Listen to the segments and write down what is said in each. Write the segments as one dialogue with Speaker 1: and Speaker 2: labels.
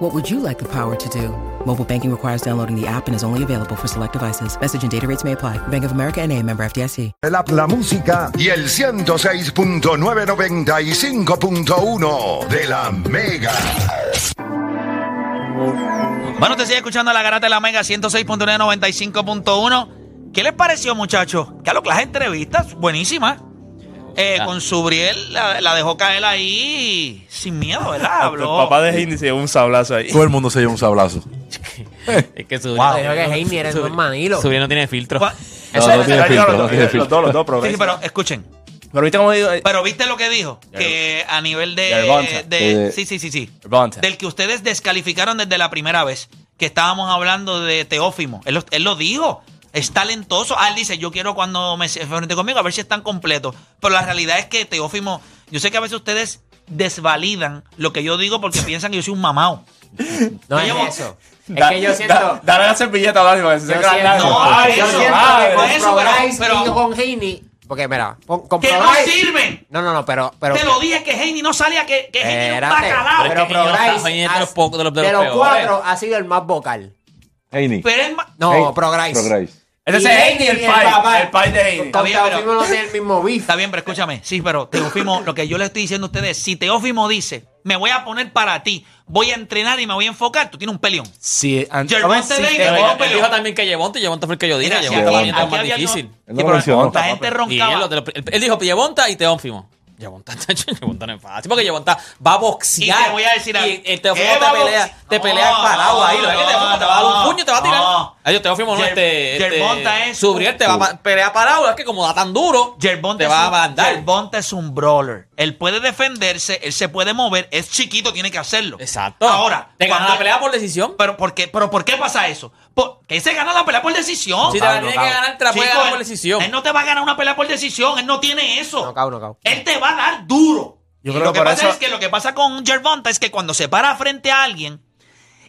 Speaker 1: What would you like the power to do? Mobile banking requires downloading the app and is only available for select devices. Message and data rates may apply. Bank of America and a member FDIC.
Speaker 2: El app La Música
Speaker 3: y el 106.995.1 de la Mega.
Speaker 4: Bueno, usted sigue escuchando la garata de la Mega 106.995.1. ¿Qué les pareció, muchachos? Claro que las entrevistas, buenísimas. Eh, Con Subriel la, la dejó caer ahí sin miedo, ¿verdad?
Speaker 5: El
Speaker 4: Habló.
Speaker 5: pues, papá de Hindi se llevó un sablazo ahí.
Speaker 2: Todo el mundo se lleva un sablazo.
Speaker 6: Es que su
Speaker 4: Wow.
Speaker 7: Creo que Heini era el buen Manilo.
Speaker 6: sobrino tiene filtro.
Speaker 4: Cua-
Speaker 7: Eso
Speaker 2: no
Speaker 7: es-
Speaker 2: tiene
Speaker 5: Ay,
Speaker 2: filtro,
Speaker 5: los-
Speaker 2: no tiene
Speaker 5: los,
Speaker 2: filtro.
Speaker 5: dos, los dos, pero.
Speaker 4: Sí, sí, pero escuchen.
Speaker 5: Pero viste cómo digo. eh,
Speaker 4: Pero viste lo que dijo, que a nivel de,
Speaker 5: Gervonta.
Speaker 4: de... Sí, sí, sí, sí.
Speaker 5: Gervonta.
Speaker 4: Del que ustedes descalificaron desde la primera vez, que estábamos hablando de Teófimo. Él lo, él lo dijo, es talentoso. Ah, él dice, yo quiero cuando me se enfrente conmigo a ver si están completos. Pero la realidad es que Teófimo, yo sé que a veces ustedes desvalidan lo que yo digo porque piensan que yo soy un mamao.
Speaker 7: No
Speaker 4: Yo
Speaker 7: es
Speaker 4: llevo-
Speaker 7: eso. Es
Speaker 5: da-
Speaker 7: que yo siento.
Speaker 5: da- Dale la servilleta a Lásima.
Speaker 7: yo siento,
Speaker 4: No,
Speaker 7: yo
Speaker 4: ah, eso,
Speaker 7: siento
Speaker 4: ah,
Speaker 7: que
Speaker 4: eso,
Speaker 7: con
Speaker 4: pero-
Speaker 7: Probrais
Speaker 4: pero-
Speaker 7: y con Heini. Porque mira, con, con
Speaker 4: ¡Que no
Speaker 7: Probrais-
Speaker 4: sirven!
Speaker 7: No, no, no, pero. pero
Speaker 4: Te lo dije que Heini no salía, que, que Heini era un
Speaker 7: Espérate,
Speaker 4: bacalao.
Speaker 7: Pero
Speaker 6: Pero es que
Speaker 7: Prograis.
Speaker 6: Heini es de
Speaker 7: ha-
Speaker 6: los pocos- de los- de los peores.
Speaker 7: cuatro ha sido el más vocal.
Speaker 2: Heini.
Speaker 4: Pero es ma-
Speaker 7: No,
Speaker 2: Hey,
Speaker 7: Prograis.
Speaker 2: Prograis.
Speaker 5: Ese es
Speaker 7: Y
Speaker 5: Heini, el pai. El pai de Heini.
Speaker 7: Con
Speaker 4: Está bien,
Speaker 7: Teofimo no tiene el mismo beef.
Speaker 4: Está bien, pero escúchame. Sí, pero Teófimo, lo que yo le estoy diciendo a ustedes, si Teófimo dice, me voy a poner para ti, voy a entrenar y me voy a enfocar, tú tienes un peleón.
Speaker 6: eh,
Speaker 5: Sí, antes.
Speaker 4: Gervonta Davis,
Speaker 6: Pero
Speaker 4: no,
Speaker 6: él- él
Speaker 4: pero-
Speaker 6: dijo también que Yevonte, Yevonte fue el que yo dije.
Speaker 4: Mira, si
Speaker 6: Yevonte
Speaker 4: aquí-
Speaker 6: es
Speaker 4: aquí
Speaker 6: más
Speaker 4: había-
Speaker 6: difícil.
Speaker 2: Él
Speaker 4: Sí,
Speaker 2: no lo
Speaker 4: pero
Speaker 2: mencionó.
Speaker 4: La gente
Speaker 6: Y él,
Speaker 4: roncaba.
Speaker 6: lo de los- él, él dijo Yevonta y Teófimo. Yevonta, chacho, Yevonta no es fácil. Porque Yevonta va a boxear.
Speaker 4: Y te voy a decir algo.
Speaker 6: Y el Teófimo
Speaker 4: Él
Speaker 6: te
Speaker 4: va a
Speaker 6: pelea,
Speaker 4: boxear.
Speaker 6: te
Speaker 4: No,
Speaker 6: pelea parado ahí. Lo que
Speaker 4: no,
Speaker 6: Teófimo te va a dar un
Speaker 4: no,
Speaker 6: puño y te va a tirar.
Speaker 4: no.
Speaker 6: Ay, yo, Teófimo no,
Speaker 4: Yer-
Speaker 6: este. este,
Speaker 4: Yermonta es-
Speaker 6: Subriel te va a pa- pelear parado. Es que como da tan duro,
Speaker 4: Gervonta
Speaker 6: te
Speaker 4: es
Speaker 6: va
Speaker 4: un-
Speaker 6: a mandar.
Speaker 4: Gervonta es un brawler. Él puede defenderse, él se puede mover, es chiquito, tiene que hacerlo.
Speaker 6: Exacto.
Speaker 4: Ahora,
Speaker 6: te gana
Speaker 4: cuando-
Speaker 6: la pelea por decisión.
Speaker 4: Pero ¿por qué, pero ¿por qué pasa eso? Por- que se gana la pelea por decisión.
Speaker 6: Si te
Speaker 7: Pablo,
Speaker 6: la tiene que
Speaker 7: Pablo.
Speaker 6: ganar, te la puede
Speaker 4: Chico,
Speaker 6: ganar por
Speaker 4: él-
Speaker 6: decisión.
Speaker 4: Él no te va a ganar una pelea por decisión, él no tiene eso.
Speaker 7: No, cao, no, cao.
Speaker 4: Él te va a dar duro.
Speaker 5: Yo
Speaker 4: Y
Speaker 5: creo
Speaker 4: lo
Speaker 5: que
Speaker 4: que
Speaker 5: por
Speaker 4: pasa
Speaker 5: eso-
Speaker 4: es que lo que pasa con Gervonta es que cuando se para frente a alguien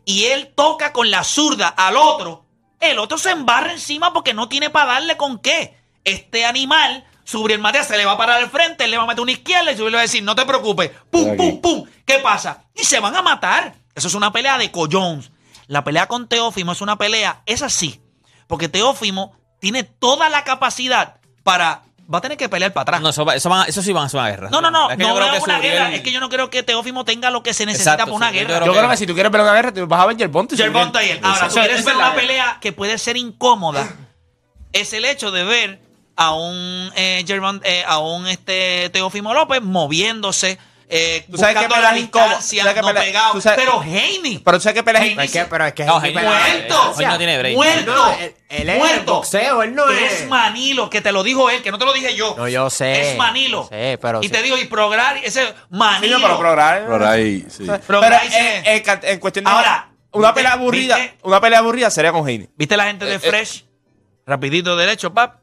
Speaker 4: y él toca con la zurda al otro, el otro se embarra encima porque no tiene para darle con qué. Este animal, sobre el mate, se le va a parar al frente, él le va a meter una izquierda y Subriel le va a decir, no te preocupes, pum,
Speaker 2: Aquí.
Speaker 4: pum, pum. ¿Qué pasa? Y se van a matar. Eso es una pelea de collones. La pelea con Teófimo es una pelea, es así, porque Teófimo tiene toda la capacidad para... Va a tener que pelear para atrás.
Speaker 6: No, eso, va- eso, van a- eso sí van a ser una guerra.
Speaker 4: No, no, no,
Speaker 6: Es que yo
Speaker 4: no
Speaker 6: creo
Speaker 4: veo
Speaker 6: que
Speaker 4: una
Speaker 6: Subriel-
Speaker 4: guerra. Es que yo no creo que Teófimo tenga lo que se necesita
Speaker 6: Exacto,
Speaker 4: para una
Speaker 6: sí, yo
Speaker 4: guerra.
Speaker 6: creo
Speaker 5: Yo creo que si tú quieres ver una guerra, tú vas a ver Gervonta. y Subriel.
Speaker 4: Gervonta y él. Ahora,
Speaker 5: Eso-
Speaker 4: si quieres
Speaker 5: eso
Speaker 4: ver
Speaker 5: es la
Speaker 4: una
Speaker 5: guerra.
Speaker 4: pelea que puede ser incómoda, es el hecho de ver a un eh, Gervon- eh, a un este Teófimo López moviéndose, eh,
Speaker 5: Tú sabes que
Speaker 4: buscando la
Speaker 5: peleas incómodas,
Speaker 4: distancia,
Speaker 5: tú sabes que
Speaker 4: no
Speaker 5: peleas-
Speaker 4: pegado.
Speaker 5: tú sabes-
Speaker 4: pero Heini,
Speaker 5: Pero tú sabes que peleas.
Speaker 4: Heini
Speaker 7: Pero es que- Pero es que.
Speaker 6: No,
Speaker 7: Heini
Speaker 6: Heini
Speaker 7: pega-
Speaker 4: muerto,
Speaker 6: Hoy no tiene break.
Speaker 4: muerto,
Speaker 7: No, él- él es
Speaker 4: muerto.
Speaker 7: boxeo, él no es-
Speaker 4: Manilo, que te lo dijo él, que no te lo dije yo.
Speaker 7: No, yo sé.
Speaker 4: Es Manilo.
Speaker 7: Yo sé, pero
Speaker 4: y
Speaker 7: sí.
Speaker 4: te digo, y Prograr, ese
Speaker 5: Sí,
Speaker 4: Manilo.
Speaker 5: pero programa.
Speaker 2: Prograis, sí.
Speaker 5: Pero
Speaker 4: Programa
Speaker 5: eh,
Speaker 4: dice-
Speaker 5: eh, ca- en cuestión de.
Speaker 4: Ahora,
Speaker 5: Una
Speaker 4: ¿viste?
Speaker 5: pelea aburrida.
Speaker 4: ¿viste?
Speaker 5: Una pelea aburrida sería con Heini.
Speaker 4: ¿Viste la
Speaker 5: Eh,
Speaker 4: gente de Fresh? Rapidito, derecho, pap.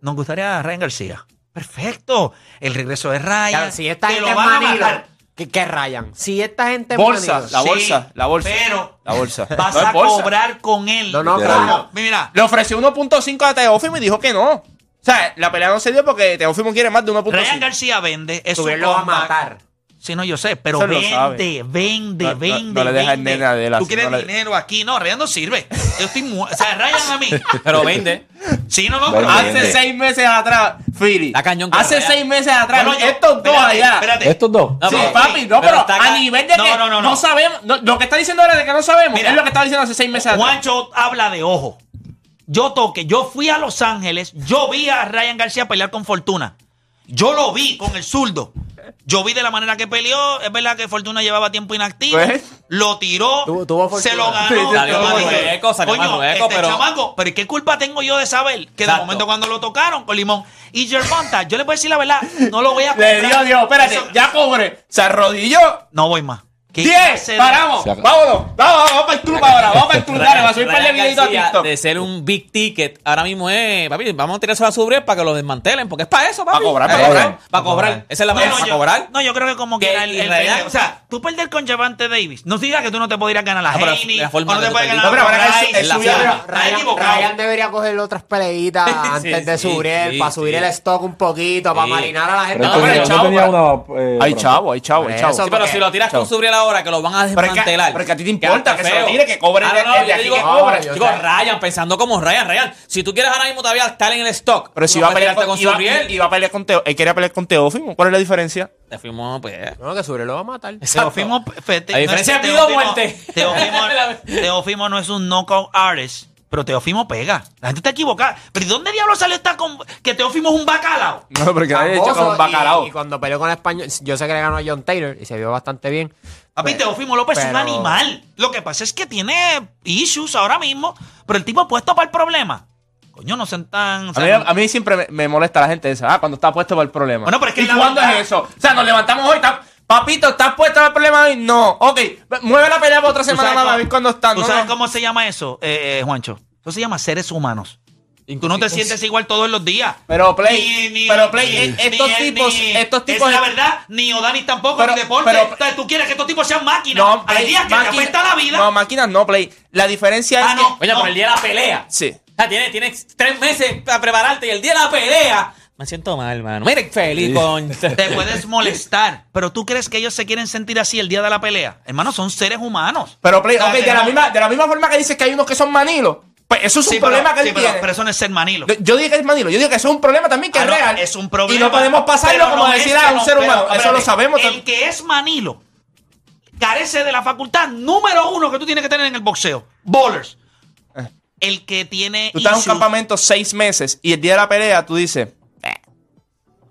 Speaker 4: Nos gustaría a Ryan García. Perfecto. El regreso de Ryan.
Speaker 7: Claro, Si esta
Speaker 4: que
Speaker 7: gente
Speaker 4: lo
Speaker 7: es
Speaker 4: van a
Speaker 7: Manilo.
Speaker 4: matar.
Speaker 7: ¿Qué qué rayan? Si esta gente es
Speaker 5: Bolsa,
Speaker 7: Manilo.
Speaker 5: la bolsa, la bolsa.
Speaker 4: Pero
Speaker 5: La bolsa.
Speaker 4: vas
Speaker 5: No es
Speaker 4: a
Speaker 5: bolsa.
Speaker 4: cobrar con él.
Speaker 7: No, no,
Speaker 2: Literal.
Speaker 7: claro.
Speaker 4: Mira,
Speaker 5: Le ofreció 1.5 a Teófimo y dijo que no. O sea, la pelea no se dio porque Teófimo quiere más de
Speaker 4: Ryan
Speaker 5: 1.5.
Speaker 4: García vende. Es
Speaker 7: Tú
Speaker 4: un
Speaker 7: él lo va a
Speaker 4: comeback.
Speaker 7: matar.
Speaker 4: Sí, no, yo sé, pero
Speaker 5: Eso lo sabe.
Speaker 4: vende, vende,
Speaker 5: No, no,
Speaker 4: vende.
Speaker 5: no le deja el
Speaker 4: vende.
Speaker 5: nene a Adela,
Speaker 4: Tú
Speaker 5: si
Speaker 4: quieres
Speaker 5: no le-
Speaker 4: dinero aquí. No, Ryan no sirve. Yo estoy mu- O sea, Ryan a mí.
Speaker 6: Pero vende.
Speaker 4: Sí, no, no,
Speaker 2: Vende,
Speaker 4: pero.
Speaker 2: vende.
Speaker 5: Hace seis meses atrás, Philly.
Speaker 6: Está cañón que
Speaker 5: Hace
Speaker 6: vaya.
Speaker 5: seis meses atrás.
Speaker 4: Bueno, yo-
Speaker 5: estos dos
Speaker 4: espérate,
Speaker 5: allá.
Speaker 4: Espérate.
Speaker 2: Estos dos.
Speaker 6: No,
Speaker 5: Sí,
Speaker 6: pero-
Speaker 5: papi, no,
Speaker 6: pero
Speaker 5: pero,
Speaker 6: está
Speaker 5: a
Speaker 6: acá-
Speaker 5: nivel de
Speaker 4: No,
Speaker 5: que
Speaker 4: no, no, no.
Speaker 5: sabemos, no, lo que está diciendo ahora de que no sabemos
Speaker 4: Mira.
Speaker 5: es lo que estaba diciendo hace seis meses atrás.
Speaker 4: Juancho habla de ojo. Yo toqué, yo fui a Los Ángeles, yo vi a Ryan García pelear con Fortuna. Yo lo vi con el zurdo. Yo vi de la manera que peleó. Es verdad que Fortuna llevaba tiempo inactivo.
Speaker 5: Pues.
Speaker 4: Lo tiró.
Speaker 7: Tuvo- tuvo Fortuna.
Speaker 4: se lo
Speaker 5: Sí,
Speaker 4: ganó.
Speaker 5: sí,
Speaker 4: Yo
Speaker 5: salió
Speaker 4: dije,
Speaker 6: más hueco, salió
Speaker 4: coño,
Speaker 6: más hueco,
Speaker 4: este
Speaker 6: pero-
Speaker 4: chamaco, pero ¿qué culpa tengo yo de saber que de
Speaker 6: Exacto.
Speaker 4: momento cuando lo tocaron con Limón y Gervonta, yo le voy a decir la verdad, no lo voy a
Speaker 5: Le
Speaker 4: comprar.
Speaker 5: dio Dios, espérate,
Speaker 4: Eso-
Speaker 5: ya cobre. Se arrodilló.
Speaker 4: No voy más. ¿Qué
Speaker 5: ¡Diez!
Speaker 4: clase de-
Speaker 5: ¡Paramos!
Speaker 2: Se acaba-
Speaker 5: ¡Vámonos! ¡Vamos, vamos para el club ahora! ¡Vamos para el club! ¡Dale, va a subir para el
Speaker 6: Ryan
Speaker 5: videito a
Speaker 6: García,
Speaker 5: TikTok!
Speaker 6: De ser un big ticket, ahora mismo es, papi, vamos a tirar eso a su para que lo desmantelen, porque es para eso, papi.
Speaker 5: Pa' cobrar,
Speaker 6: Eh,
Speaker 5: pa' cobrar.
Speaker 6: pa' cobrar. Esa es la manera,
Speaker 4: no,
Speaker 6: para
Speaker 4: yo,
Speaker 6: cobrar.
Speaker 4: no, yo creo que como
Speaker 6: Que
Speaker 4: que era el, el-
Speaker 6: Israel-
Speaker 4: o sea, tú perder con Javante Davis, no digas que tú no te podrías ganar a
Speaker 6: Ah, pero la-
Speaker 4: Haney,
Speaker 6: la forma
Speaker 4: o no
Speaker 6: que
Speaker 4: te
Speaker 6: tú
Speaker 4: puedes
Speaker 6: perdiste.
Speaker 4: ganar
Speaker 5: No, pero
Speaker 4: a
Speaker 5: ahora
Speaker 4: Price,
Speaker 5: es- es
Speaker 4: la-
Speaker 5: suya,
Speaker 4: la-
Speaker 5: pero
Speaker 4: la-
Speaker 7: Ryan,
Speaker 4: equivocado.
Speaker 7: Ryan debería coger otras peleitas
Speaker 6: Sí,
Speaker 7: antes de
Speaker 6: sí,
Speaker 7: subir él,
Speaker 6: sí,
Speaker 7: para
Speaker 6: sí.
Speaker 7: subir el stock un poquito, para
Speaker 6: Sí.
Speaker 7: marinar a la gente.
Speaker 2: Pero
Speaker 5: No, pero
Speaker 2: entonces,
Speaker 5: chavo,
Speaker 2: no tenía
Speaker 5: pero-
Speaker 2: una. eh,
Speaker 5: Hay
Speaker 2: bronca.
Speaker 5: chavo, hay chavo, hay
Speaker 7: Por
Speaker 5: chavo.
Speaker 7: eso,
Speaker 6: Sí, pero
Speaker 7: porque-
Speaker 6: si lo tiras
Speaker 5: Chao.
Speaker 6: con Subriel ahora, que lo van a
Speaker 5: Pero es que-
Speaker 6: desmantelar.
Speaker 5: pero es que a ti te importa
Speaker 6: Qué
Speaker 5: que se lo
Speaker 6: feo.
Speaker 5: tire, que cobre
Speaker 6: Ah,
Speaker 5: el-
Speaker 6: no, no,
Speaker 5: el de
Speaker 6: yo
Speaker 5: aquí
Speaker 6: digo-
Speaker 5: que cobra.
Speaker 6: yo digo, Ryan, pensando como Ryan, Ryan. Si tú quieres ahora mismo todavía estar en el stock,
Speaker 5: Pero
Speaker 6: tú
Speaker 5: si
Speaker 6: no
Speaker 5: iba a
Speaker 6: puedes
Speaker 5: pelear
Speaker 6: tirarte
Speaker 5: con,
Speaker 6: con
Speaker 5: iba,
Speaker 6: Subriel,
Speaker 5: iba a pelear con Teo, él quería pelear con Teófimo. ¿Cuál es la diferencia?
Speaker 6: te fuimos, pues.
Speaker 7: No, que Suriel lo va a matar.
Speaker 4: Teofimo,
Speaker 6: A diferencia de Pido Muerte.
Speaker 4: Teofimo, Teofimo no es un knockout artist, pero Teofimo pega. La gente está equivocada. ¿Pero ¿y dónde diablos salió esta con que Teofimo es un bacalao?
Speaker 5: No, porque nadie
Speaker 7: Tramposo,
Speaker 5: hecho con un bacalao.
Speaker 7: Y, y cuando peleó con el español, yo sé que le ganó a John Taylor y se vio bastante bien.
Speaker 6: Pues,
Speaker 4: Papi, Teofimo López es un
Speaker 7: pero-
Speaker 4: animal. Lo que pasa es que tiene issues ahora mismo, pero el tipo ha puesto para el problema. Coño, no sean tan... o
Speaker 5: A
Speaker 4: sea,
Speaker 5: mí, a mí siempre me, me molesta la gente esa. Ah, cuando está puesto para el problema.
Speaker 4: Bueno, pero es que
Speaker 5: ¿Y
Speaker 4: es la
Speaker 5: cuándo
Speaker 4: verdad.
Speaker 5: es eso? O sea, nos levantamos hoy. está- papito, ¿estás puesto para el problema hoy? No. Ok, mueve la pelea para otra
Speaker 4: ¿tú
Speaker 5: semana
Speaker 4: sabes
Speaker 5: más. A
Speaker 4: cómo-
Speaker 5: ver cuándo está.
Speaker 4: ¿Tú
Speaker 5: Ah, No,
Speaker 4: sabes
Speaker 5: no.
Speaker 4: cómo se llama eso, eh, eh, Juancho? Eso se llama seres humanos. Tú no te sientes igual todos los días.
Speaker 5: Pero, Play,
Speaker 4: Ni- ni-
Speaker 5: pero, Play,
Speaker 4: ni-
Speaker 5: eh, estos
Speaker 4: ni-
Speaker 5: tipos-
Speaker 4: ni-
Speaker 5: estos tipos-
Speaker 4: Es la verdad, ni Odanis tampoco,
Speaker 5: Pero-
Speaker 4: ni Deporte.
Speaker 5: pero-
Speaker 4: O sea, tú quieres que estos tipos sean máquinas.
Speaker 5: No,
Speaker 4: Hay
Speaker 5: Play,
Speaker 4: días que te
Speaker 5: máquina-
Speaker 4: afecta la vida.
Speaker 5: No, máquinas no, Play. La diferencia
Speaker 4: Ah,
Speaker 5: es que.
Speaker 4: no.
Speaker 6: Oye, por el día de la pelea.
Speaker 5: Sí.
Speaker 6: O sea, tienes, tienes tres meses para prepararte y el día de la pelea. Me siento mal, hermano. Mire, feliz
Speaker 2: Sí.
Speaker 6: con.
Speaker 4: te puedes molestar, pero tú crees que ellos se quieren sentir así el día de la pelea. Hermano, son seres humanos.
Speaker 5: Pero, Play,
Speaker 4: O sea,
Speaker 5: ok, de la,
Speaker 4: tenemos-
Speaker 5: misma, de la misma forma que dices que hay unos que son manilos. Pues eso es un
Speaker 4: Sí, pero-
Speaker 5: problema que
Speaker 4: sí,
Speaker 5: él
Speaker 4: pero,
Speaker 5: tiene.
Speaker 4: pero eso no es ser manilo.
Speaker 5: Yo- Yo dije que es manilo, yo digo que eso es un problema también que
Speaker 4: Ah,
Speaker 5: es
Speaker 4: no,
Speaker 5: real.
Speaker 4: Es un problema.
Speaker 5: Y no podemos pasarlo
Speaker 4: Pero
Speaker 5: como
Speaker 4: no es
Speaker 5: decir
Speaker 4: que
Speaker 5: a un
Speaker 4: no-
Speaker 5: ser
Speaker 4: pero-
Speaker 5: humano.
Speaker 4: espérate,
Speaker 5: eso lo sabemos.
Speaker 4: El
Speaker 5: también.
Speaker 4: que es Manilo carece de la facultad número uno que tú tienes que tener en el boxeo. Bowlers. El que tiene.
Speaker 5: Eh. Tú estás en un
Speaker 4: issues-
Speaker 5: campamento seis meses y el día de la pelea tú dices. "Eh".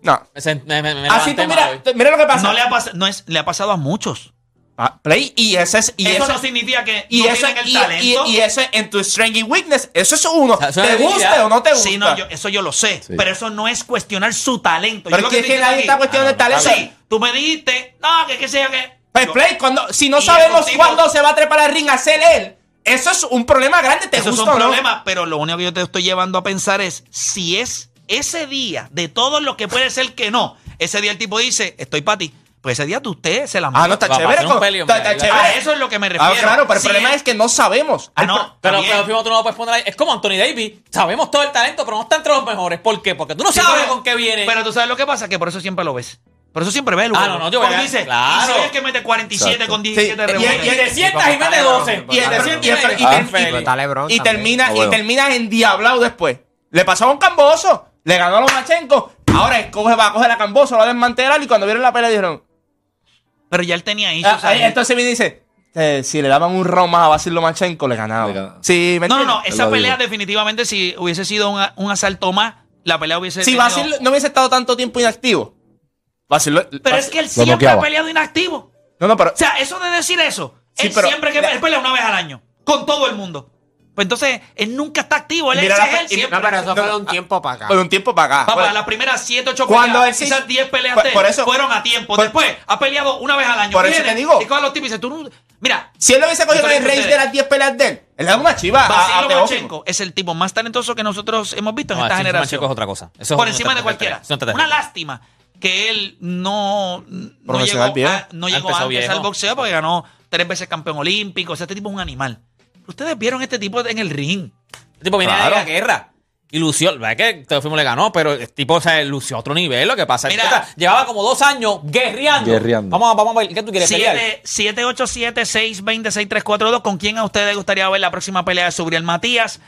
Speaker 5: No.
Speaker 6: Me sen- me- me- me
Speaker 4: Ah,
Speaker 5: Así
Speaker 4: pues,
Speaker 6: levanté
Speaker 5: tú
Speaker 6: mal hoy.
Speaker 5: mira, tú- mira lo que pasa.
Speaker 4: No le ha, pas- no es, le ha pasado a muchos.
Speaker 5: Ah, play y ese es. Y
Speaker 4: eso
Speaker 5: ese-
Speaker 4: no significa que
Speaker 5: y
Speaker 4: no
Speaker 5: eso
Speaker 4: tienen el
Speaker 5: y, y,
Speaker 4: talento.
Speaker 5: y eso en tu strength and weakness, eso es uno.
Speaker 6: sea, eso es
Speaker 5: te
Speaker 6: debilidad.
Speaker 5: guste o no te gusta.
Speaker 4: Sí, no, yo- eso yo lo sé.
Speaker 2: Sí.
Speaker 4: Pero eso no es cuestionar su talento. Yo
Speaker 5: Pero es
Speaker 4: lo
Speaker 5: que, es
Speaker 4: estoy
Speaker 5: que nadie
Speaker 4: diciendo
Speaker 5: está cuestionando el talento.
Speaker 4: aquí- Sí, tú me dijiste, no, que qué sé yo que.
Speaker 5: Pues
Speaker 4: Yo-
Speaker 5: play, cuando, si no
Speaker 4: Y
Speaker 5: sabemos
Speaker 4: esos tipos-
Speaker 5: cuándo se va a trepar al ring a ser él, eso es un problema grande. Te
Speaker 4: Eso es
Speaker 5: gusta
Speaker 4: un
Speaker 5: o no.
Speaker 4: problema, pero lo único que yo te estoy llevando a pensar es si es ese día, de todos los que puede ser que no, ese día el tipo dice, estoy para ti. Pues ese día tú usted se la
Speaker 5: Ah, no, está
Speaker 6: Va a
Speaker 5: chévere.
Speaker 6: pasar un
Speaker 5: como-
Speaker 6: peleón,
Speaker 5: está- está
Speaker 6: mira,
Speaker 5: chévere.
Speaker 4: A eso es lo que me refiero.
Speaker 5: Ah, claro, pero el
Speaker 4: Si
Speaker 5: problema es que no sabemos.
Speaker 4: Ah,
Speaker 5: El
Speaker 4: no,
Speaker 5: pro-
Speaker 6: Pero,
Speaker 4: También.
Speaker 6: pero fijo, tú no lo puedes poner ahí. Es como Anthony Davis. Sabemos todo el talento, pero no está entre los mejores. ¿Por qué? Porque tú no
Speaker 4: Sí,
Speaker 6: sabes
Speaker 4: pero-
Speaker 6: con qué viene.
Speaker 4: Pero tú sabes lo que pasa, que por eso siempre lo ves. Por eso siempre ves el
Speaker 6: Ah,
Speaker 4: juego.
Speaker 6: no, no, yo
Speaker 4: Porque
Speaker 6: voy a-
Speaker 4: dice,
Speaker 6: claro.
Speaker 4: y soy el que mete 47
Speaker 2: Exacto.
Speaker 4: con 17
Speaker 5: Sí, y-
Speaker 4: rebotes.
Speaker 6: y de 100 y mete 12.
Speaker 5: Y, el-
Speaker 7: Ah,
Speaker 5: y el- y el-
Speaker 6: pero-
Speaker 5: y ter-
Speaker 2: Ah,
Speaker 5: y-
Speaker 6: feliz.
Speaker 7: Está LeBron
Speaker 5: y
Speaker 7: también.
Speaker 5: termina,
Speaker 2: Ah, bueno.
Speaker 5: y termina endiablado después. Le pasó a un camboso, le ganó a Lomachenko. Ahora escoge, va a coger a camboso, lo va a desmantelar y cuando vieron la pelea dijeron.
Speaker 4: Pero ya él tenía eso.
Speaker 5: ah, ahí, entonces viene y dice. eh, si le daban un round más a Basil Lomachenko, le ganaba.
Speaker 2: Le ganaba.
Speaker 5: Sí, ¿me
Speaker 4: no, no,
Speaker 5: entiendes?
Speaker 4: no, esa
Speaker 2: lo
Speaker 4: pelea
Speaker 2: digo.
Speaker 4: definitivamente si hubiese sido un, a- un asalto más, la pelea hubiese
Speaker 5: Si
Speaker 4: tenido-
Speaker 5: Basil no hubiese estado tanto tiempo inactivo. Basil lo-
Speaker 4: Pero es
Speaker 5: Basil-
Speaker 4: que él siempre ha
Speaker 2: noqueaba.
Speaker 4: peleado inactivo.
Speaker 5: No, no, pero.
Speaker 4: O sea, eso de decir eso,
Speaker 5: Sí,
Speaker 4: él
Speaker 5: pero-
Speaker 4: siempre que él pelea una vez al año, con todo el mundo. Pues entonces, él nunca está activo, él
Speaker 5: Mira
Speaker 4: es
Speaker 5: la
Speaker 4: él
Speaker 5: pe- y-
Speaker 4: siempre.
Speaker 7: No, pero eso
Speaker 5: No,
Speaker 7: fue de un tiempo para acá.
Speaker 5: Con un tiempo para acá.
Speaker 4: Papá,
Speaker 5: Bueno,
Speaker 4: las primeras 7, 8
Speaker 5: Cuando
Speaker 4: peleas,
Speaker 5: él sí-
Speaker 4: quizás 10 peleas
Speaker 5: Por-
Speaker 4: de él
Speaker 5: por eso-
Speaker 4: fueron a tiempo.
Speaker 5: por-
Speaker 4: Después, ha peleado una vez al año.
Speaker 5: Por eso
Speaker 4: Viene
Speaker 5: te digo.
Speaker 4: Y coge a los tipos y dice, tú no- Mira,
Speaker 5: si él lo hubiese cogido
Speaker 4: Yo
Speaker 5: con
Speaker 4: te
Speaker 5: el
Speaker 4: digo
Speaker 5: rey de
Speaker 4: ustedes.
Speaker 5: las 10 peleas de él, él le da una chiva. a- a
Speaker 4: Basil
Speaker 5: Teófimo.
Speaker 4: Lomachenko es el tipo más talentoso que nosotros hemos visto en
Speaker 6: No,
Speaker 4: esta
Speaker 6: sí, sí,
Speaker 4: generación.
Speaker 6: Mancheco es otra cosa. Eso es
Speaker 4: por
Speaker 6: un-
Speaker 4: encima de
Speaker 6: un-
Speaker 4: cualquiera.
Speaker 6: un- un- un-
Speaker 4: Una lástima que él no, no llegó,
Speaker 5: Profesional viejo.
Speaker 4: a- no llegó
Speaker 6: Ah, Empezó
Speaker 4: antes
Speaker 6: viejo.
Speaker 4: al boxeo porque ganó tres veces campeón olímpico. O sea, este tipo es un animal. Ustedes vieron este tipo en el ring.
Speaker 6: El tipo viene
Speaker 5: Claro.
Speaker 6: de la guerra. Y lució, la verdad es que Teofimo le ganó, pero el tipo o sea, lució a otro nivel. Lo que pasa es que
Speaker 4: Mira.
Speaker 6: o sea, llevaba como dos años guerreando.
Speaker 2: Guerreando.
Speaker 6: Vamos, a- vamos a ver, ¿qué tú quieres pelear?
Speaker 4: 787-620-6342. ¿Con quién a ustedes les gustaría ver la próxima pelea de Subriel Matías?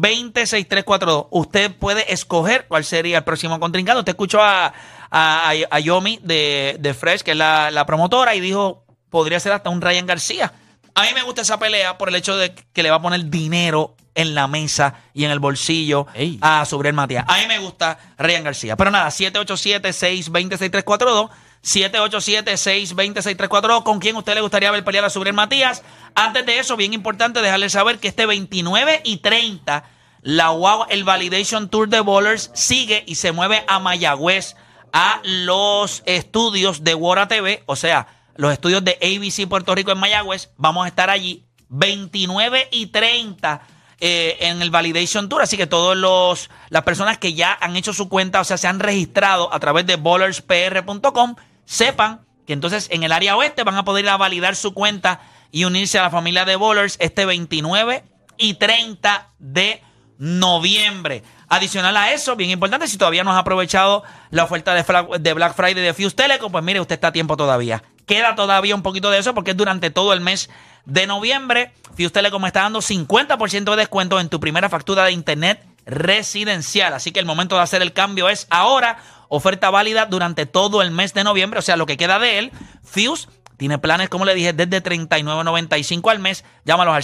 Speaker 4: 787-620-6342. Usted puede escoger cuál sería el próximo contrincante. Usted escuchó a, a, a- a Yomi de, de Fresh, que es la, la promotora, y dijo, podría ser hasta un Ryan García. A mí me gusta esa pelea por el hecho de que le va a poner dinero en la mesa y en el bolsillo
Speaker 6: Ey.
Speaker 4: a Subriel Matías. A mí me gusta Ryan García. Pero nada, 787-620-6342. 787-620-6342. ¿Con quién usted le gustaría ver pelear a Subriel Matías? Antes de eso, bien importante dejarle saber que este 29 y 30, la guagua, el Validation Tour de Bowlers sigue y se mueve a Mayagüez a los estudios de Wora TV, o sea, los estudios de ABC Puerto Rico en Mayagüez. Vamos a estar allí 29 y 30 eh, en el Validation Tour. Así que todos los las personas que ya han hecho su cuenta, o sea, se han registrado a través de bowlerspr.com, sepan que entonces en el área oeste van a poder ir a validar su cuenta y unirse a la familia de Bowlers este 29 y 30 de noviembre. Adicional a eso, bien importante, si todavía no has aprovechado la oferta de, Fra- de Black Friday de Fuse Telecom, pues mire, usted está a tiempo todavía. Queda todavía un poquito de eso porque es durante todo el mes de noviembre. Fuse Telecom está dando 50% de descuento en tu primera factura de internet residencial. Así que el momento de hacer el cambio es ahora. Oferta válida durante todo el mes de noviembre, o sea, lo que queda de él. Fuse tiene planes, como le dije, desde $39.95 al mes. Llámalos al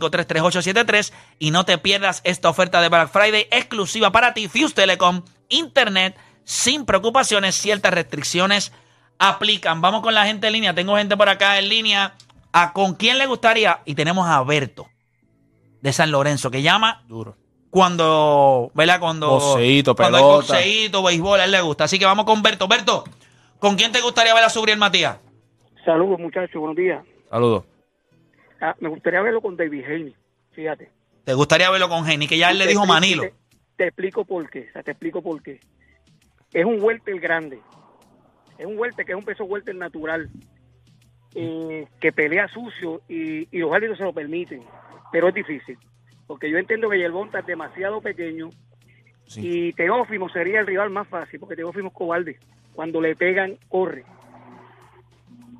Speaker 4: 787-953-3873 y no te pierdas esta oferta de Black Friday exclusiva para ti, Fuse Telecom, Internet, sin preocupaciones, ciertas restricciones aplican. Vamos con la gente en línea. Tengo gente por acá en línea. ¿A con quién le gustaría? Y tenemos a Berto, de San Lorenzo, que llama
Speaker 5: Duro.
Speaker 4: cuando, ¿verdad? Cuando,
Speaker 5: Boceíto,
Speaker 4: cuando hay
Speaker 5: pelota.
Speaker 4: boceíto, béisbol, a él le gusta. Así que vamos con Berto. Berto, ¿con quién te gustaría ver a Subriel Matías?
Speaker 8: Saludos, muchachos, buenos días.
Speaker 5: Saludos.
Speaker 8: Ah, me gustaría verlo con David Haney, fíjate.
Speaker 4: ¿Te gustaría verlo con Geni? Que ya él le
Speaker 8: Te
Speaker 4: dijo
Speaker 8: explico-
Speaker 4: Manilo.
Speaker 8: Te, te explico por qué, o sea, te explico por qué. Es un welter grande. Es un welter que es un peso welter natural. eh, que pelea sucio y, y los árbitros se lo permiten. Pero es difícil. Porque yo entiendo que Yelbonta es demasiado pequeño y Teófimo sería el rival más fácil, porque Teófimo es cobarde. Cuando le pegan, corre.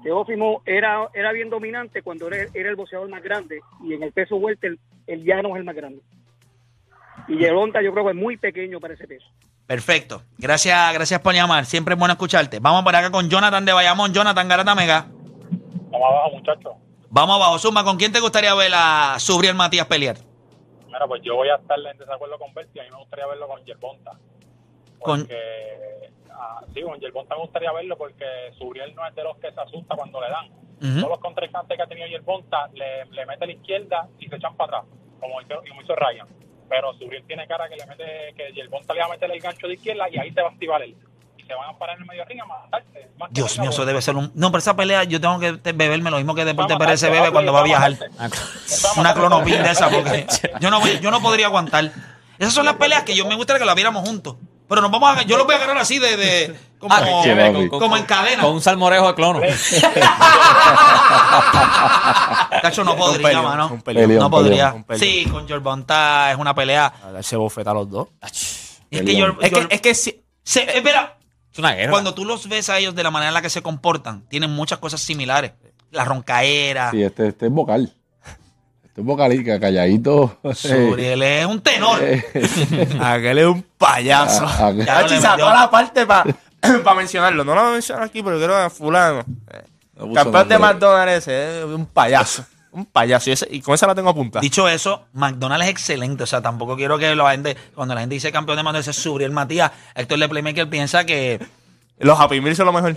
Speaker 8: Teófimo era, era bien dominante cuando era, era el boxeador más grande y en el peso welter el llano es el más grande. Y Yelonta yo creo que es muy pequeño para ese peso.
Speaker 4: Perfecto. Gracias, gracias por llamar. Siempre es bueno escucharte. Vamos por acá con Jonathan de Bayamón. Jonathan Garata Mega.
Speaker 9: Vamos abajo, muchachos.
Speaker 4: Vamos abajo. Suma, ¿con quién te gustaría ver a Subriel Matías pelear?
Speaker 9: Mira, pues yo voy a estar en desacuerdo con Berti. A mí me gustaría verlo con Yerbonta.
Speaker 4: Con-
Speaker 9: Porque, ah, sí, con Yerbonta me gustaría verlo porque Suriel no es de los que se asusta cuando le dan.
Speaker 4: Ujú.
Speaker 9: Todos los contrincantes que ha tenido Yerbonta le, le mete a la izquierda y se echan para atrás, como hizo, como hizo Ryan. Pero Suriel tiene cara que le mete que Yerbonta le va a meter el gancho de izquierda y ahí se va a activar él. Y se van a parar en el medio ring a matarse. más que
Speaker 4: Dios
Speaker 9: nada,
Speaker 4: mío, eso
Speaker 9: porque-
Speaker 4: debe ser un. No, pero esa pelea yo tengo que te- beberme lo mismo que Deporte
Speaker 9: Va a
Speaker 4: Pérez se
Speaker 9: matarse,
Speaker 4: bebe
Speaker 9: va a
Speaker 4: cuando va a viajar.
Speaker 9: matarse.
Speaker 6: Ah, claro.
Speaker 4: Una clonopin de esa, porque yo no, voy- yo no podría aguantar. Esas son las peleas que yo me gustaría que las viéramos juntos. Pero nos vamos a, yo los voy a agarrar así de. de- como,
Speaker 6: Ah, qué chévere, con- con-
Speaker 4: como en cadena.
Speaker 6: Con un salmorejo de clono.
Speaker 4: Cacho, no
Speaker 5: Es un
Speaker 4: podría,
Speaker 5: peleón,
Speaker 4: mano.
Speaker 5: es un peleón.
Speaker 2: Peleón,
Speaker 4: no podría.
Speaker 5: peleón, un peleón.
Speaker 4: Sí, con Yorbonta es una pelea.
Speaker 5: A darse bofeta a los dos.
Speaker 4: Es que,
Speaker 2: Peleón.
Speaker 4: Yor-
Speaker 5: Es que,
Speaker 4: Yor-
Speaker 5: es que si-
Speaker 4: se- espera,
Speaker 6: Es una guerra.
Speaker 4: eh, cuando tú los ves a ellos de la manera en la que se comportan, tienen muchas cosas similares. La roncaera.
Speaker 2: Sí, este, este es vocal. Este es vocalista, calladito.
Speaker 4: Suriel es un tenor.
Speaker 5: aquel es un payaso.
Speaker 2: Ah, ah,
Speaker 4: Ya no
Speaker 5: Chachi,
Speaker 4: le
Speaker 5: sacó
Speaker 4: metió.
Speaker 5: la parte para mencionarlo. No lo voy a mencionar aquí porque creo que es fulano. Eh,
Speaker 2: No puso
Speaker 5: Campeón de
Speaker 2: nombre.
Speaker 5: McDonald's ese. eh, Un payaso. Un payaso. Y, ese- y con esa la tengo apuntada.
Speaker 4: Dicho eso, McDonald's es excelente. O sea, tampoco quiero que la gente, cuando la gente dice campeón de McDonald's, es Suriel Matías. Héctor Le Playmaker piensa que.
Speaker 5: Los Happy Meals son lo mejor.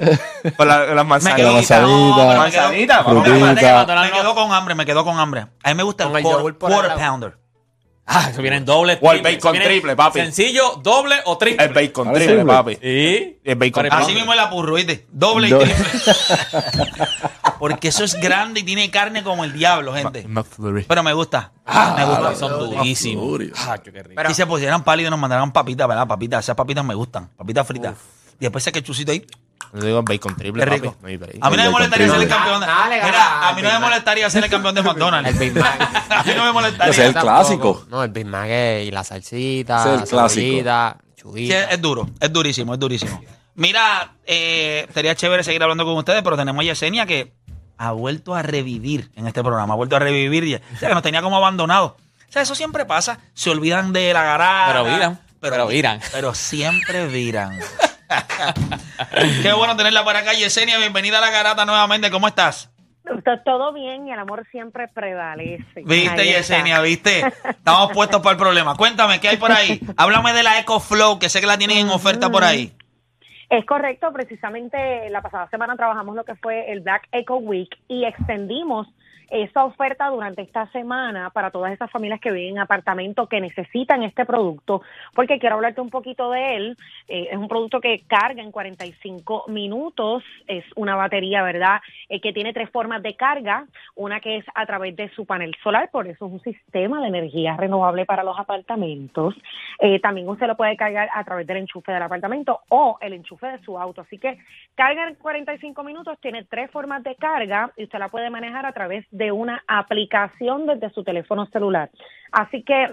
Speaker 5: Con la- las
Speaker 4: Me
Speaker 2: quedo-
Speaker 5: manzanitas.
Speaker 4: quita, no, pero me quedo-
Speaker 5: Manzanita, vamos.
Speaker 2: Frutita.
Speaker 4: Me quedo-
Speaker 6: Manzanita.
Speaker 4: Me quedo con hambre, me quedo con hambre. A mí me gusta
Speaker 7: Con
Speaker 4: el
Speaker 7: el
Speaker 4: quarter,
Speaker 7: yogur por el
Speaker 4: quarter
Speaker 7: lado.
Speaker 4: pounder.
Speaker 6: Ah, eso viene en doble.
Speaker 5: O el bacon
Speaker 6: triple. Eso viene
Speaker 5: triple, papi.
Speaker 6: Sencillo, doble o triple.
Speaker 5: El bacon
Speaker 2: Ahora sí, pues.
Speaker 5: triple,
Speaker 2: hombre.
Speaker 5: papi.
Speaker 6: Y.
Speaker 5: El bacon
Speaker 6: Así
Speaker 4: Así
Speaker 5: triple.
Speaker 4: mismo es la purruite. Doble y
Speaker 2: Doble.
Speaker 4: triple. Porque eso es grande y tiene carne como el diablo, gente.
Speaker 5: McFlurry.
Speaker 4: Pero me gusta. me gusta.
Speaker 6: Ah, son durísimos. Ah, yo qué rico.
Speaker 4: Y se pusieran pálidos y nos mandaran papitas, ¿verdad? Papitas. Esas papitas me gustan. Papitas fritas. Y después ese quechucito ahí.
Speaker 5: Yo digo el bacon triple,
Speaker 4: Qué
Speaker 5: papi.
Speaker 4: rico.
Speaker 5: No hay break.
Speaker 4: A mí no me molestaría ser el campeón. de-
Speaker 7: Dale, gana,
Speaker 4: Mira, a mí no me
Speaker 7: Big Mac.
Speaker 4: molestaría ser el campeón de
Speaker 7: El Big
Speaker 4: McDonald's.
Speaker 7: Mac.
Speaker 4: A mí no me
Speaker 2: Ese es el
Speaker 4: molestaría.
Speaker 7: Tampoco.
Speaker 2: clásico.
Speaker 7: No, el Big Mac eh, y la salsita,
Speaker 2: Ese es
Speaker 7: la
Speaker 2: el clásico.
Speaker 7: cebollita,
Speaker 4: Sí,
Speaker 7: chuguita.
Speaker 4: es es duro, es durísimo, es durísimo. Mira, eh, sería chévere seguir hablando con ustedes, pero tenemos a Yesenia que ha vuelto a revivir en este programa, ha vuelto a revivir. y- O sea, que nos tenía como abandonados. O sea, eso siempre pasa. Se olvidan de la garada.
Speaker 6: Pero viran, pero viran.
Speaker 4: Pero siempre viran. Qué bueno tenerla para acá, Yesenia. Bienvenida a la garata nuevamente. ¿Cómo estás?
Speaker 10: To- Todo bien y el amor siempre prevalece.
Speaker 4: Viste,
Speaker 10: Ahí está.
Speaker 4: Yesenia, viste. Estamos puestos para el problema. Cuéntame, ¿qué hay por ahí? Háblame de la EcoFlow, que sé que la tienen en oferta por ahí.
Speaker 10: Es correcto, precisamente la pasada semana trabajamos lo que fue el Black Eco Week y extendimos esa oferta durante esta semana para todas esas familias que viven en apartamento que necesitan este producto, porque quiero hablarte un poquito de él. Eh, es un producto que carga en 45 minutos, es una batería, ¿verdad? Eh, que tiene tres formas de carga, una que es a través de su panel solar, por eso es un sistema de energía renovable para los apartamentos. Eh, también usted lo puede cargar a través del enchufe del apartamento o el enchufe de su auto. Así que carga en 45 minutos, tiene tres formas de carga y usted la puede manejar a través de una aplicación desde su teléfono celular. Así que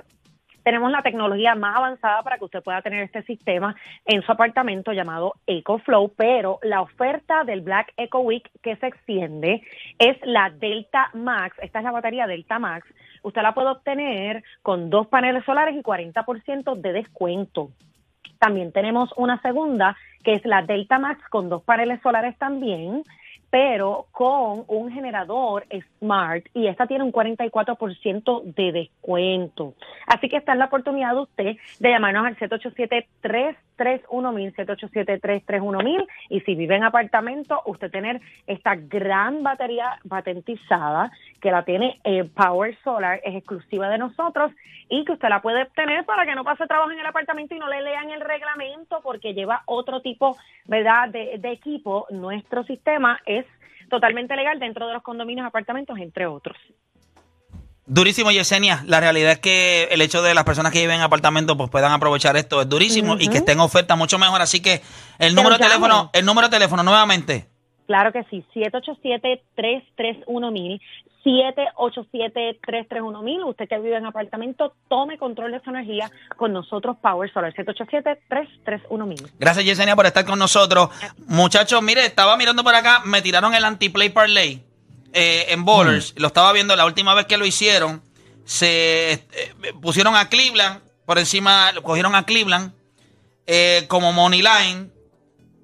Speaker 10: tenemos la tecnología más avanzada para que usted pueda tener este sistema en su apartamento llamado EcoFlow, pero la oferta del Black Eco Week que se extiende es la Delta Max. Esta es la batería Delta Max. Usted la puede obtener con dos paneles solares y 40% de descuento. También tenemos una segunda que es la Delta Max con dos paneles solares también pero con un generador smart y esta tiene un 44% de descuento. Así que está en la oportunidad de usted de llamarnos al 787-331-1000, 787-331-1000 y si vive en apartamento, usted tener esta gran batería patentizada que la tiene eh, Power Solar, es exclusiva de nosotros y que usted la puede obtener para que no pase trabajo en el apartamento y no le lean el reglamento porque lleva otro tipo, ¿verdad?, de, de equipo. Nuestro sistema es totalmente legal dentro de los condominios, apartamentos, entre otros.
Speaker 4: Durísimo, Yesenia. La realidad es que el hecho de las personas que viven en apartamentos pues puedan aprovechar esto es durísimo y que estén en oferta mucho mejor. Así que el número de
Speaker 10: llamen.
Speaker 4: teléfono, el número de teléfono nuevamente.
Speaker 10: Claro que sí, 787-331-1000, 787-331-1000. Usted que vive en apartamento, tome control de su energía con nosotros Power Solar, 787-331-1000.
Speaker 4: Gracias, Yesenia, por estar con nosotros. Muchachos, mire, estaba mirando por acá, me tiraron el anti-play parlay eh, en Bowlers. Lo estaba viendo la última vez que lo hicieron. Se eh, pusieron a Cleveland por encima, cogieron a Cleveland eh, como Money Line.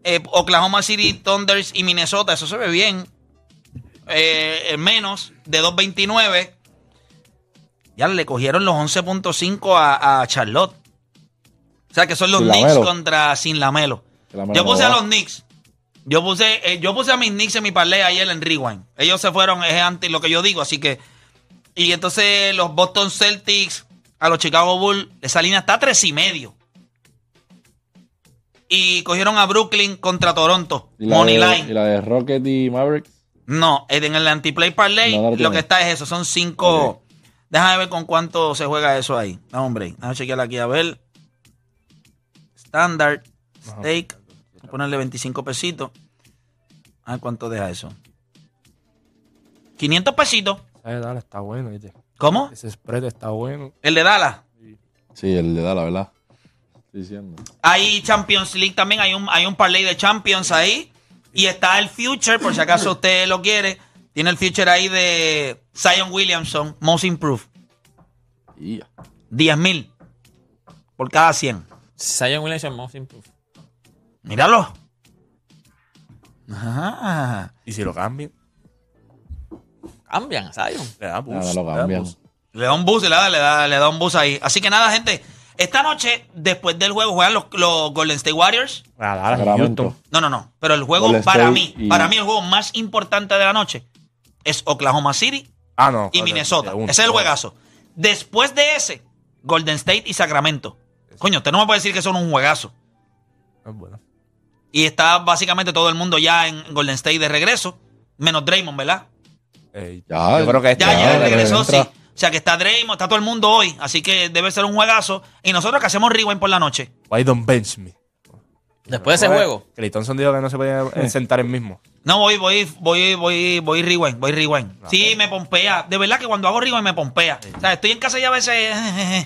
Speaker 4: eh, Oklahoma City Thunders y Minnesota, eso se ve bien. Eh, eh, menos de 2.29. Ya le cogieron los 11.5 a, a Charlotte. O sea que son los
Speaker 2: Sin
Speaker 4: Knicks
Speaker 2: Lamelo.
Speaker 4: contra Sin Lamelo.
Speaker 2: Sin Lamelo
Speaker 4: yo
Speaker 2: no
Speaker 4: puse a
Speaker 2: va.
Speaker 4: los Knicks. Yo puse, eh, yo puse a mis Knicks en mi parlay ayer en Rewind. Ellos se fueron, es anti lo que yo digo, así que. Y entonces los Boston Celtics a los Chicago Bulls, esa línea está a tres y medio. Y cogieron a Brooklyn contra Toronto.
Speaker 2: Y la,
Speaker 4: Money
Speaker 2: de,
Speaker 4: line.
Speaker 2: y la de Rocket y Mavericks.
Speaker 4: No, en el anti-play parlay
Speaker 2: No, no lo
Speaker 4: lo
Speaker 2: tiene.
Speaker 4: que está es eso, son cinco.
Speaker 2: Ok.
Speaker 4: Déjame ver con cuánto se juega eso ahí. No, hombre, déjame chequear aquí a ver. Standard, stake, voy a ponerle 25 pesitos. A ver cuánto deja eso. 500 pesitos.
Speaker 7: Ese Eh, dale, está bueno, ¿viste?
Speaker 4: ¿Cómo?
Speaker 7: Ese spread está bueno.
Speaker 4: El de Dallas.
Speaker 2: Sí, el de Dallas, ¿verdad? Estoy diciendo.
Speaker 4: Hay Champions League también, hay un, hay un parlay de Champions ahí. Y está el Future, por si acaso usted lo quiere. Tiene el Future ahí de Zion Williamson, Most Improved.
Speaker 2: Y
Speaker 4: 10 mil por cada 100.
Speaker 6: Zion Williamson Most Improved.
Speaker 4: Míralo. Ajá.
Speaker 5: ¿Y si lo cambian?
Speaker 6: Cambian a Zion.
Speaker 5: Le da
Speaker 2: Nada,
Speaker 5: bus.
Speaker 2: lo
Speaker 5: le da
Speaker 2: cambian.
Speaker 5: bus.
Speaker 4: Le da un bus, le da, le da, le da un bus ahí. Así que nada, gente. Esta noche, después del juego, juegan los, los Golden State Warriors.
Speaker 5: A Dallas,
Speaker 2: Sacramento.
Speaker 5: Houston.
Speaker 4: No, no, no. Pero el juego
Speaker 2: Golden
Speaker 4: para
Speaker 2: State
Speaker 4: mí,
Speaker 2: y-
Speaker 4: para mí el juego más importante de la noche es Oklahoma City
Speaker 5: Ah, no.
Speaker 4: y
Speaker 5: joder,
Speaker 4: Minnesota.
Speaker 5: de uno.
Speaker 4: Ese es el juegazo. Después de ese, Golden State y Sacramento. Coño, usted no me puede decir que son un juegazo.
Speaker 5: Ah, bueno.
Speaker 4: Y está básicamente todo el mundo ya en Golden State de regreso, menos Draymond, ¿verdad?
Speaker 5: Eh,
Speaker 2: Ya,
Speaker 5: yo creo que este
Speaker 4: Ya, ya
Speaker 2: Claro,
Speaker 4: regresó, sí.
Speaker 2: entra.
Speaker 4: O sea que está Draymond, está todo el mundo hoy, así que debe ser un juegazo. Y nosotros que hacemos rewind por la noche.
Speaker 5: Why don't bench me?
Speaker 6: Después de ese juego.
Speaker 5: Que Leighton dijo que no se podía eh, sentar el mismo.
Speaker 4: No, voy, voy, voy, voy, voy rewind, voy rewind. Sí, me pompea. De verdad que cuando hago rewind me pompea. O sea, estoy en casa y a veces.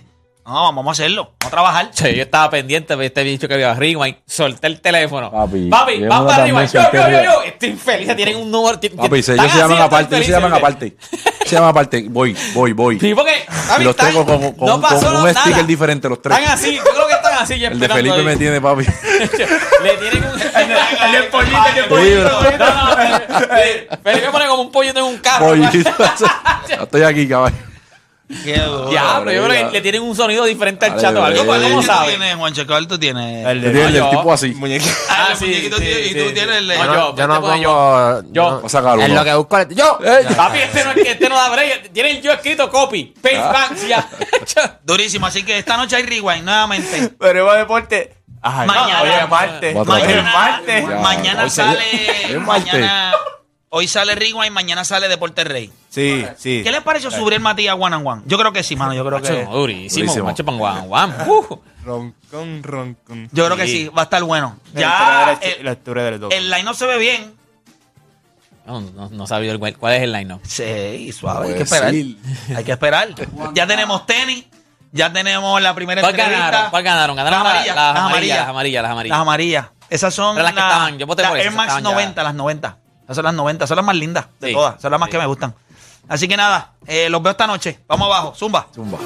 Speaker 4: No, vamos a hacerlo, vamos a trabajar.
Speaker 6: Che, yo estaba pendiente de este bicho que había Rewind. Solté el teléfono.
Speaker 2: Papi,
Speaker 6: Papi,
Speaker 2: yo
Speaker 6: vamos
Speaker 2: no
Speaker 6: para
Speaker 2: también
Speaker 6: Rewind. Yo,
Speaker 2: solté
Speaker 6: yo, yo,
Speaker 2: el-
Speaker 6: yo. Estoy infeliz. Tienen un número. ti-
Speaker 2: Papi,
Speaker 6: ti-
Speaker 2: ellos se
Speaker 4: Ah,
Speaker 6: están así,
Speaker 2: llaman
Speaker 6: están
Speaker 2: aparte, ellos se
Speaker 6: felices,
Speaker 2: llaman
Speaker 6: ¿viste?
Speaker 2: aparte. Se llaman aparte. Voy, voy, voy.
Speaker 6: Sí, porque. papi,
Speaker 2: Y los tres
Speaker 6: están-
Speaker 2: con, con- con-
Speaker 6: no pasó
Speaker 2: con un
Speaker 6: nada.
Speaker 2: sticker diferente, los tres.
Speaker 6: Están así. Yo creo que están así. ya
Speaker 2: El de
Speaker 6: esperando
Speaker 2: Felipe me
Speaker 6: ahí.
Speaker 2: tiene, papi.
Speaker 6: Le tienen un.
Speaker 5: el de pollito, el de
Speaker 2: pollito.
Speaker 6: No, no, no, Felipe pone como un pollo en un carro.
Speaker 2: Voy. Estoy aquí, caballo.
Speaker 4: Qué duro.
Speaker 6: Ya, pero yo creo
Speaker 2: Ahora,
Speaker 6: que le tienen un sonido diferente al
Speaker 2: Ahora,
Speaker 6: chato. ¿Algo? pues,
Speaker 4: ¿Cuál es el
Speaker 6: ¿Cómo
Speaker 4: que tú
Speaker 6: sabes?
Speaker 4: tienes, Juancho? ¿Cuál tú tienes?
Speaker 5: El
Speaker 2: Yo tenía el del
Speaker 6: yo-
Speaker 2: tipo así.
Speaker 5: Muñequito.
Speaker 4: Ah, el
Speaker 6: sí,
Speaker 4: muñequito
Speaker 6: sí,
Speaker 4: tiene- y
Speaker 6: sí,
Speaker 4: tú
Speaker 6: sí.
Speaker 4: tienes el de-
Speaker 6: No,
Speaker 4: yo-
Speaker 6: yo,
Speaker 7: Yo
Speaker 6: este
Speaker 7: no
Speaker 6: puedo yo.
Speaker 7: pongo.
Speaker 6: Yo.
Speaker 7: no.
Speaker 2: Voy a sacar uno.
Speaker 7: En lo que busco. le- ¡Yo!
Speaker 6: Papi, este no, este no da break. Tiene el yo escrito copy. Paste
Speaker 2: Ah.
Speaker 6: back, ya.
Speaker 4: Durísimo. Así que esta noche hay rewind nuevamente.
Speaker 5: Pero iba deporte. Ay,
Speaker 4: Mañana.
Speaker 5: Oye, martes.
Speaker 2: Otra vez.
Speaker 5: Oye,
Speaker 4: Mañana,
Speaker 5: martes.
Speaker 2: Ya,
Speaker 4: mañana
Speaker 2: hoy se-
Speaker 4: sale.
Speaker 2: es martes.
Speaker 4: mañana, hoy sale rewind, mañana sale Deporte Rey.
Speaker 5: Sí, sí.
Speaker 4: ¿Qué les pareció subir el Matías One and One? Yo creo que sí, mano. Yo creo
Speaker 6: Macho,
Speaker 4: que.
Speaker 6: no, durísimo.
Speaker 2: Durísimo.
Speaker 6: Macho, pan, guam, guam. Uh.
Speaker 5: Roncón, roncón.
Speaker 4: Yo creo que sí. Va a estar bueno.
Speaker 5: Ya.
Speaker 4: Ya.
Speaker 5: La
Speaker 4: El,
Speaker 5: altura del dos.
Speaker 4: el line no se ve bien.
Speaker 6: No, no, no sabía el cuál, cuál es el line up.
Speaker 4: Sí, suave. Hay
Speaker 2: Puede
Speaker 4: que esperar.
Speaker 2: ser.
Speaker 4: Hay que esperar. Ya tenemos tenis. Ya tenemos la primera
Speaker 6: ¿Cuál
Speaker 4: entrevista.
Speaker 6: ganaron? ¿Cuál ganaron? Ganaron
Speaker 4: Las
Speaker 6: la-
Speaker 4: amarillas,
Speaker 6: las
Speaker 4: las
Speaker 6: amarillas,
Speaker 4: amarillas.
Speaker 6: las amarillas, las
Speaker 4: Las
Speaker 6: amarillas.
Speaker 4: amarillas. Esas son
Speaker 6: Eran las que estaban, yo voté por
Speaker 4: las
Speaker 6: esas,
Speaker 4: Air Max
Speaker 6: estaban ya.
Speaker 4: 90, las 90. Esas son las 90, son las más lindas de
Speaker 6: Sí,
Speaker 4: todas, son las más
Speaker 6: sí.
Speaker 4: que me gustan. Así que nada, eh, los veo esta noche. Vamos abajo, zumba.
Speaker 2: Zumba.